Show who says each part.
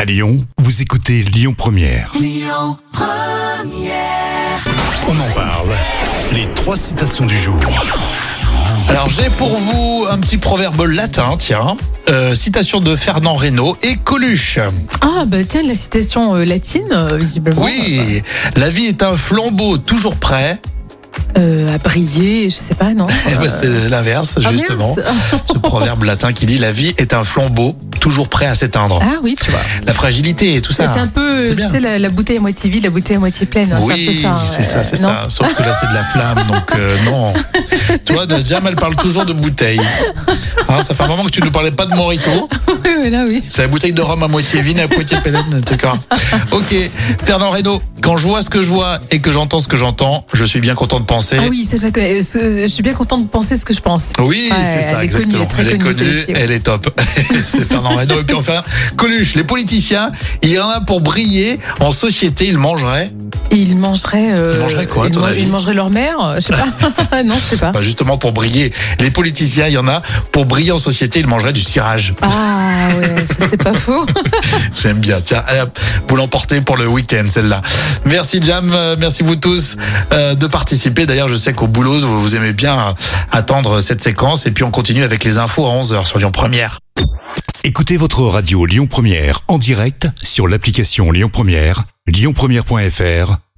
Speaker 1: À Lyon, vous écoutez Lyon Première. On en parle. Les trois citations du jour.
Speaker 2: Alors j'ai pour vous un petit proverbe latin, tiens. Euh, citation de Fernand Reynaud et Coluche.
Speaker 3: Ah, bah tiens, la citation euh, latine, euh, visiblement.
Speaker 2: Oui, la vie est un flambeau toujours prêt.
Speaker 3: Euh, à briller, je sais pas, non
Speaker 2: Eh ben, c'est l'inverse,
Speaker 3: Ah,
Speaker 2: justement.
Speaker 3: mince.
Speaker 2: Ce proverbe latin qui dit la vie est un flambeau toujours prêt à s'éteindre.
Speaker 3: Ah oui, tu vois.
Speaker 2: La fragilité et tout
Speaker 3: Mais
Speaker 2: ça.
Speaker 3: C'est un peu,
Speaker 2: Ah, c'est
Speaker 3: tu
Speaker 2: bien.
Speaker 3: sais, la, la bouteille à moitié vide, la bouteille à moitié pleine. hein,
Speaker 2: Oui,
Speaker 3: c'est un peu ça.
Speaker 2: c'est ça,
Speaker 3: euh,
Speaker 2: c'est
Speaker 3: non
Speaker 2: ça. Sauf que là, c'est de la flamme, donc euh, non. Toi, Jam, elle parle toujours de bouteille. Hein, ça fait un moment que tu ne parlais pas de Morito.
Speaker 3: Oui, oui, là, oui.
Speaker 2: C'est la bouteille de rhum à moitié vine, à moitié pélène, d'accord. Ok, Fernand Reynaud, quand je vois ce que je vois et que j'entends ce que j'entends, je suis bien content de penser.
Speaker 3: Ah oui, c'est ça que euh, ce- je suis bien contente de penser ce que je pense.
Speaker 2: Oui,
Speaker 3: Ouais,
Speaker 2: c'est ça,
Speaker 3: elle est connue,
Speaker 2: exactement.
Speaker 3: elle est
Speaker 2: elle
Speaker 3: très
Speaker 2: est
Speaker 3: connue,
Speaker 2: connue,
Speaker 3: celle-ci, ouais.
Speaker 2: elle est top. c'est Fernand Reynaud. Et puis enfin, Coluche, les politiciens, il y en a pour briller en société, ils mangeraient.
Speaker 3: Et ils mangeraient. euh,
Speaker 2: Ils mangeraient quoi, à
Speaker 3: ils,
Speaker 2: ton
Speaker 3: man-
Speaker 2: avis
Speaker 3: ils mangeraient leur mère euh, Je sais pas. non, je sais pas.
Speaker 2: Bah, justement pour briller. Les politiciens, il y en a pour briller en société, ils mangeraient du cirage.
Speaker 3: Ah ouais, ça c'est pas faux.
Speaker 2: J'aime bien. Tiens, allez, hop, vous l'emportez pour le week-end, celle-là. Merci Jam, euh, merci vous tous euh, de participer. D'ailleurs, je sais qu'au boulot, vous vous aimez bien euh, attendre cette séquence. Et puis, on continue avec les infos à 11h sur Lyon Première.
Speaker 1: Écoutez votre radio Lyon Première en direct sur l'application Lyon Première, lyonpremière.fr